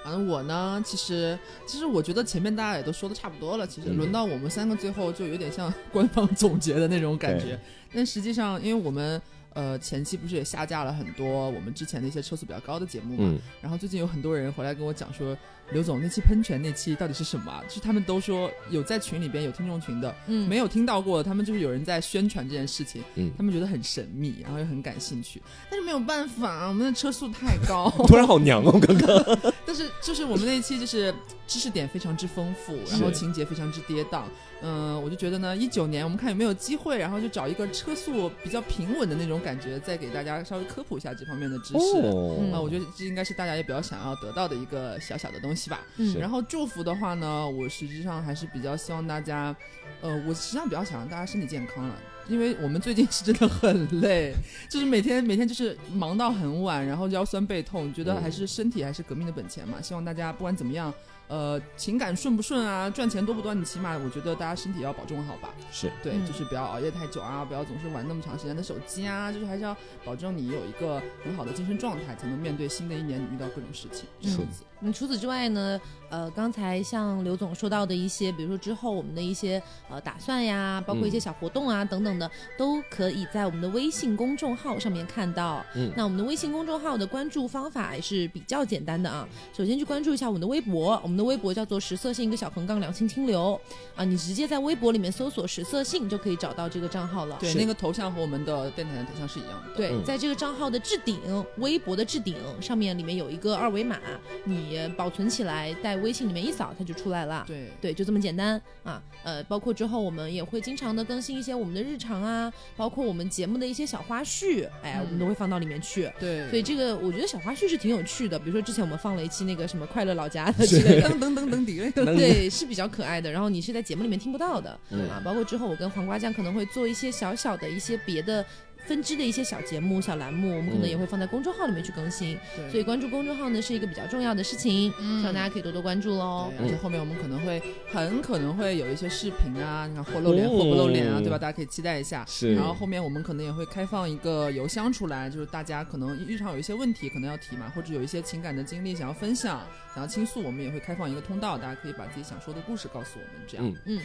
Speaker 3: 反正我呢，其实其实我觉得前面大家也都说的差不多了，其实
Speaker 2: 嗯
Speaker 3: 轮到我 们三个最后就有点像官方总结的那种感觉，但实际上因为我们。呃，前期不是也下架了很多我们之前的一些车速比较高的节目嘛？
Speaker 2: 嗯
Speaker 3: 然后最近有很多人回来跟我讲说，刘总那期喷泉那期到底是什么啊？就是他们都说有在群里边有听众群的，
Speaker 1: 嗯
Speaker 3: 没有听到过的，他们就是有人在宣传这件事情，
Speaker 2: 嗯，
Speaker 3: 他们觉得很神秘，然后又很感兴趣，但是没有办法啊，我们的车速太高
Speaker 2: 突然好娘哦，刚刚
Speaker 3: 但是就是我们那一期就是知识点非常之丰富，然后
Speaker 2: 是
Speaker 3: 情节非常之跌宕。嗯、我就觉得呢，一九年我们看有没有机会，然后就找一个车速比较平稳的那种感觉，再给大家稍微科普一下这方面的知识。
Speaker 2: 哦
Speaker 3: 啊、我觉得这应该是大家也比较想要得到的一个小小的东西吧。
Speaker 1: 嗯
Speaker 3: 然后祝福的话呢，我实际上还是比较希望大家，呃，我实际上比较想让大家身体健康了，因为我们最近是真的很累，就是每天每天就是忙到很晚，然后腰酸背痛，觉得还是身体还是革命的本钱嘛。希望大家不管怎么样，呃，情感顺不顺啊，赚钱多不多，你起码我觉得大家身体要保重好吧。
Speaker 2: 是
Speaker 3: 对，
Speaker 1: 嗯
Speaker 3: 就是不要熬夜太久啊，不要总是玩那么长时间的手机啊，就是还是要保证你有一个很好的精神状态，才能面对新的一年你遇到各种事情。这样
Speaker 2: 是
Speaker 3: 子，
Speaker 1: 嗯，除此之外呢，呃，刚才像刘总说到的一些，比如说之后我们的一些呃打算呀，包括一些
Speaker 2: 嗯
Speaker 1: 小活动啊、等等的，都可以在我们的微信公众号上面看到。
Speaker 2: 嗯
Speaker 1: 那我们的微信公众号的关注方法也是比较简单的啊，首先去关注一下我们的微博，我们的微博叫做“十色性一个小横杠两清清流”啊，你直接在微博里面搜索“十色性”就可以找到这个账号了。
Speaker 3: 对，
Speaker 2: 是
Speaker 3: 那个头像和我们的电台的头像是一样的。
Speaker 1: 对，
Speaker 2: 嗯
Speaker 1: 在这个账号的置顶，微博的置顶上面里面有一个二维码，你保存起来，在微信里面一扫，它就出来了。
Speaker 3: 对
Speaker 1: 对，就这么简单啊。呃，包括之后我们也会经常的更新一些我们的日常啊，包括我们节目的一些小花絮，哎，
Speaker 3: 嗯
Speaker 1: 我们都会放到里面去。
Speaker 3: 对
Speaker 1: 所以这个我觉得小花絮是挺有趣的，比如说之前我们放了一期那个什么快乐老家的之 类的，
Speaker 3: 噔噔噔噔滴嘞，
Speaker 1: 对，是比较可爱的。然后你是在节目里面听不到的、
Speaker 2: 嗯
Speaker 1: 啊，包括之后我跟黄瓜酱可能会做一些小小的一些别的分支的一些小节目、小栏目，我们可能
Speaker 2: 嗯
Speaker 1: 也会放在公众号里面去更新。
Speaker 3: 对嗯
Speaker 1: 所以关注公众号呢是一个比较重要的事情，希望大家可以多多关注喽。
Speaker 3: 对而且后面我们可能会很可能会有一些视频啊，你看或露脸或不露脸啊，
Speaker 2: 哦
Speaker 3: 对吧？大家可以期待一下。
Speaker 2: 是
Speaker 3: 然后后面我们可能也会开放一个邮箱出来，就是大家可能日常有一些问题可能要提嘛，或者有一些情感的经历想要分享、想要倾诉，我们也会开放一个通道，大家可以把自己想说的故事告诉我们，这样。
Speaker 2: 嗯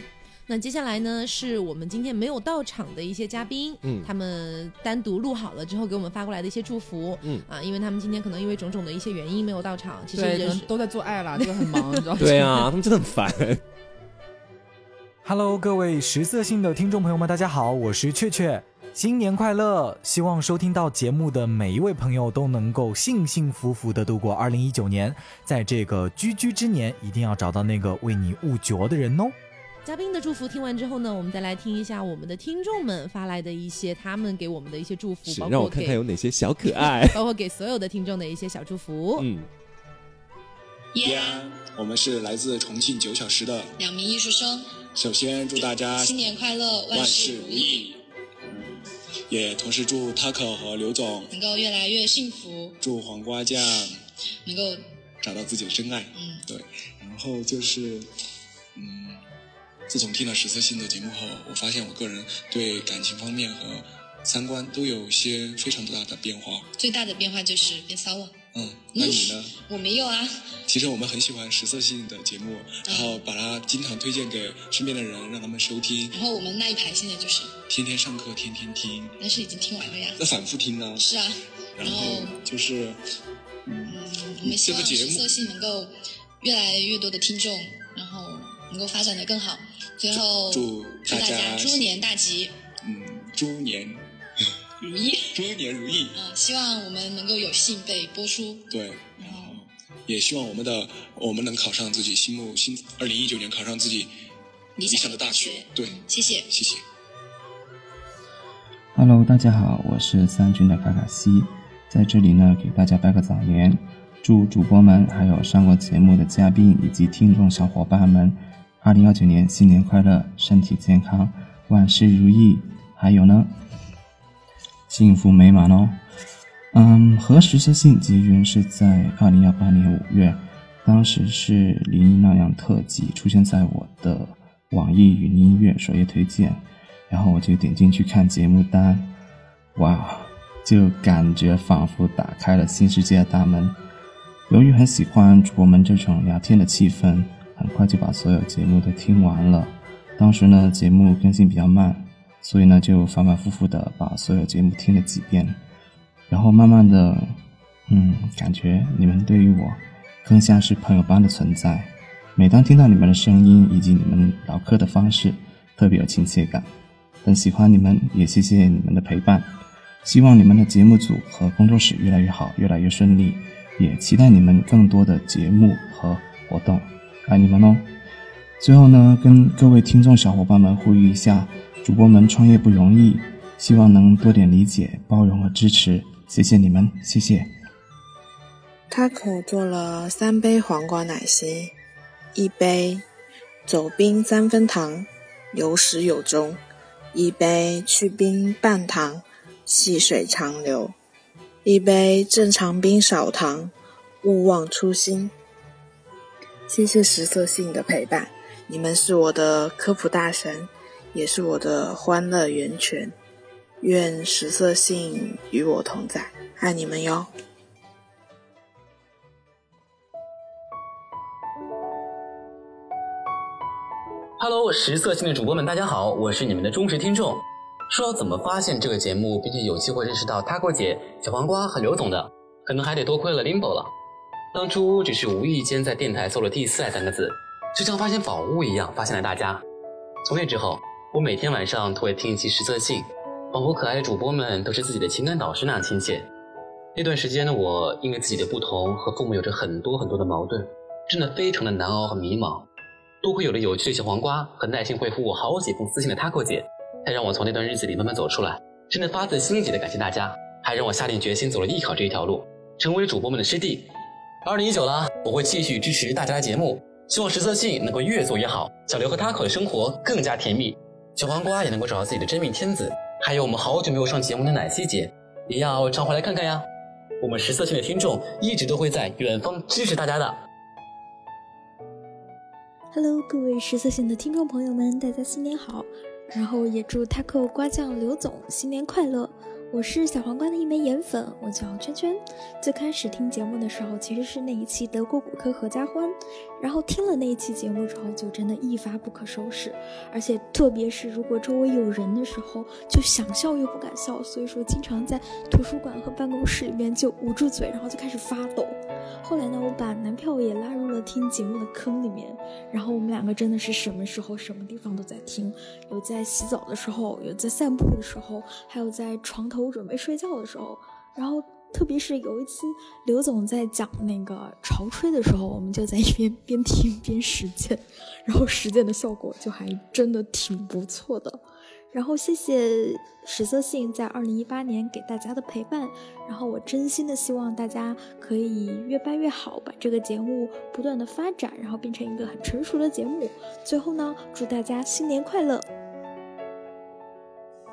Speaker 1: 那接下来呢，是我们今天没有到场的一些嘉宾，
Speaker 2: 嗯
Speaker 1: 他们单独录好了之后给我们发过来的一些祝福，
Speaker 2: 嗯
Speaker 1: 啊，因为他们今天可能因为种种的一些原因没有到场，其实
Speaker 3: 对，可
Speaker 1: 也
Speaker 3: 能
Speaker 1: 是
Speaker 3: 都在做爱啦，就很 忙，你知道吗？
Speaker 2: 对啊，他们真的很烦。
Speaker 12: Hello，各位食色性的听众朋友们，大家好，我是雀雀，新年快乐！希望收听到节目的每一位朋友都能够幸幸福福的度过2019年，在这个居居之年，一定要找到那个为你误啄的人哦。
Speaker 1: 嘉宾的祝福听完之后呢，我们再来听一下我们的听众们发来的一些他们给我们的一些祝福，
Speaker 2: 是
Speaker 1: 包
Speaker 2: 让
Speaker 1: 括
Speaker 2: 我看
Speaker 1: 给。
Speaker 2: 看有哪些小可爱
Speaker 1: 包括给所有的听众的一些小祝福。
Speaker 2: 嗯，
Speaker 13: 耶安，我们是来自重庆九小时的。
Speaker 14: 两名艺术生，
Speaker 13: 首先祝大家
Speaker 14: 新年快乐，
Speaker 13: 万
Speaker 14: 事
Speaker 13: 事
Speaker 14: 如
Speaker 13: 如
Speaker 14: 意，
Speaker 13: 意，也同时祝 Taco 和刘总，
Speaker 14: 能够越来越幸福，
Speaker 13: 祝黄瓜酱
Speaker 14: 能够
Speaker 13: 找到自己的真爱。
Speaker 14: 嗯，
Speaker 13: 对，然后就是，嗯，自从听了十色星的节目后，我发现我个人对感情方面和三观都有一些非常大的变化。
Speaker 14: 最大的变化就是变骚了。
Speaker 13: 嗯，那你呢？
Speaker 14: 我没有啊，
Speaker 13: 其实我们很喜欢十色性的节目，然后把它经常推荐给身边的人，让他们收听，
Speaker 14: 然后我们那一排现在就是，
Speaker 13: 天天上课，天天听，
Speaker 14: 但是已经听完了呀。
Speaker 13: 那反复听啊。
Speaker 14: 是啊，嗯
Speaker 13: 然后就是，
Speaker 14: 我们希望
Speaker 13: 这个节
Speaker 14: 实
Speaker 13: 目
Speaker 14: 色性能够越来越多的听众，然后能够发展的更好。最后
Speaker 13: 祝
Speaker 14: 祝
Speaker 13: 大
Speaker 14: 大
Speaker 13: 家
Speaker 14: 家猪年大吉，
Speaker 13: 嗯，猪年
Speaker 14: 如意。
Speaker 13: 猪年如意。
Speaker 14: 嗯，希望我们能够有幸被播出。
Speaker 13: 对，然后也希望我们的我们能考上自己心目心，二零一九年考上自己理想的大学。对，
Speaker 14: 谢谢，
Speaker 13: 谢谢。
Speaker 15: Hello，大家好，我是三军的卡卡西，在这里呢给大家拜个早年，祝主播们还有上过节目的嘉宾以及听众小伙伴们，二零幺九年新年快乐，身体健康，万事如意，还有呢，幸福美满哦。嗯，和实色性结缘是在二零幺八年五月，当时是林一那样特辑出现在我的网易云音乐首页推荐，然后我就点进去看节目单，哇，就感觉仿佛打开了新世界的大门。由于很喜欢主播们这种聊天的气氛，很快就把所有节目都听完了。当时呢，节目更新比较慢，所以呢就反反复复的把所有节目听了几遍，然后慢慢的，嗯，感觉你们对于我更像是朋友般的存在。每当听到你们的声音以及你们唠嗑的方式，特别有亲切感。很喜欢你们，也谢谢你们的陪伴。希望你们的节目组和工作室越来越好，越来越顺利。也期待你们更多的节目和活动，爱你们哦！最后呢，跟各位听众小伙伴们呼吁一下，主播们创业不容易，希望能多点理解、包容和支持，谢谢你们，谢谢。
Speaker 16: Taco 做了三杯黄瓜奶昔，一杯走冰三分糖，有始有终；一杯去冰半糖，细水长流；一杯正常冰少糖，勿忘初心。谢谢实色性的陪伴，你们是我的科普大神，也是我的欢乐源泉。愿实色性与我同在，爱你们哟！
Speaker 17: Hello，我是色性的主播们，大家好，我是你们的忠实听众。说到怎么发现这个节目，并且有机会认识到 Taco 姐、小黄瓜和刘总的，可能还得多亏了 Limbo 了。当初只是无意间在电台搜了“第四爱”三个字，就像发现宝物一样发现了大家。从那之后，我每天晚上都会听一期实测性，仿佛可爱的主播们都是自己的情感导师那样亲切。那段时间的我，因为自己的不同和父母有着很多很多的矛盾，真的非常的难熬和迷茫。多亏有了有趣的小黄瓜和耐心回复我好几封私信的 Taco 姐，才让我从那段日子里慢慢走出来。真的发自心底的感谢大家，还让我下定决心走了艺考这一条路，成为主播们的师弟。二零一九啦，我会继续支持大家的节目，希望实测性能够越做越好，小刘和 Taco 的生活更加甜蜜，小黄瓜也能够找到自己的真命天子，还有我们好久没有上节目的奶昔姐，也要常回来看看呀。我们实测性的听众一直都会在远方支持大家的。
Speaker 18: Hello，各位十色性的听众朋友们，大家新年好！然后也祝 Taco 瓜酱刘总新年快乐。我是小黄瓜的一枚颜粉，我叫圈圈。最开始听节目的时候，其实是那一期德国骨科合家欢，然后听了那一期节目之后，就真的一发不可收拾。而且特别是如果周围有人的时候，就想笑又不敢笑，所以说经常在图书馆和办公室里面就捂住嘴，然后就开始发抖。后来呢，我把男票也拉入了听节目的坑里面，然后我们两个真的是什么时候、什么地方都在听，有在洗澡的时候，有在散步的时候，还有在床头准备睡觉的时候。然后特别是有一期刘总在讲那个潮吹的时候，我们就在一边边听边实践，然后实践的效果就还真的挺不错的。然后谢谢史色性在二零一八年给大家的陪伴，然后我真心的希望大家可以越办越好，把这个节目不断的发展，然后变成一个很成熟的节目。最后呢，祝大家新年快乐！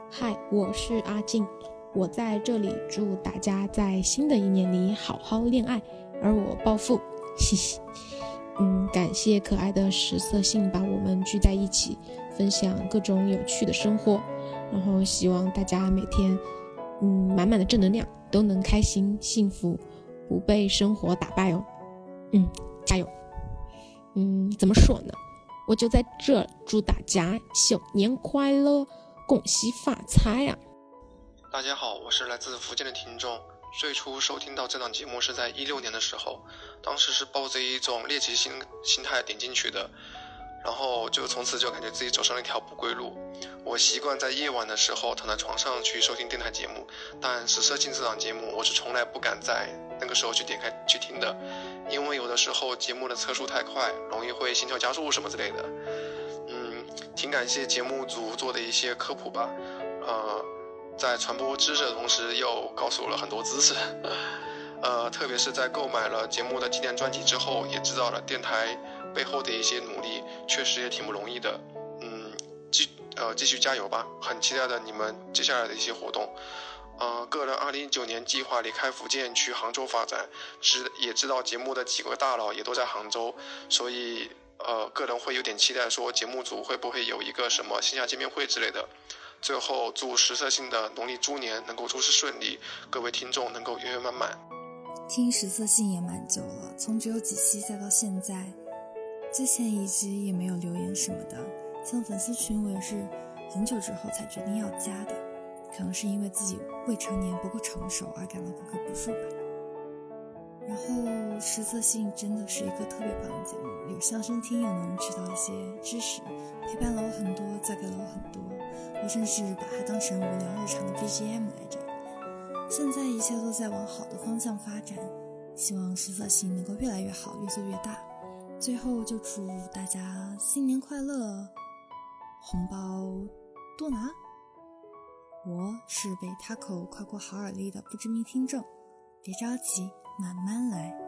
Speaker 19: 嗨，哎我是阿静，我在这里祝大家在新的一年里好好恋爱，而我暴富，嘻嘻。 嗯，感谢可爱的食色性把我们聚在一起，分享各种有趣的生活，然后希望大家每天，嗯，满满的正能量，都能开心幸福，不被生活打败哦。嗯，加油。嗯，怎么说呢？我就在这祝大家新年快乐，恭喜发财啊呀、
Speaker 20: 大家好，我是来自福建的听众。最初收听到这档节目是在一六年的时候，当时是抱着一种猎奇心心态点进去的，然后就从此就感觉自己走上了一条不归路。我习惯在夜晚的时候躺在床上去收听电台节目，但是色情这档节目我是从来不敢在那个时候去点开去听的，因为有的时候节目的车速太快，容易会心跳加速什么之类的。嗯，挺感谢节目组做的一些科普吧，呃，在传播知识的同时，又告诉我了很多知识。 呃，特别是在购买了节目的纪念专辑之后，也知道了电台背后的一些努力，确实也挺不容易的。嗯，继呃继续加油吧，很期待的你们接下来的一些活动。呃，个人二零一九年计划离开福建去杭州发展，知也知道节目的几个大佬也都在杭州，所以呃，个人会有点期待，说节目组会不会有一个什么线下见面会之类的。最后，祝实色性的农历猪年能够诸事顺利，各位听众能够圆圆满满。
Speaker 21: 听实测信也蛮久了，从只有几期再到现在，之前一直也没有留言什么的。像粉丝群，我也是很久之后才决定要家的，可能是因为自己未成年不够成熟而感到不可不恕吧。然后实测性真的是一个特别棒的节目，有相声听也能知道一些知识，陪伴了我很多，再给了我很多。我甚至把它当成无聊日常的 BGM 来着。现在一切都在往好的方向发展，希望实测性能够越来越好，越做越大。最后就祝大家新年快乐，红包多拿。我是被 Taco 跨过好耳力的不知名听众，别着急，慢慢来。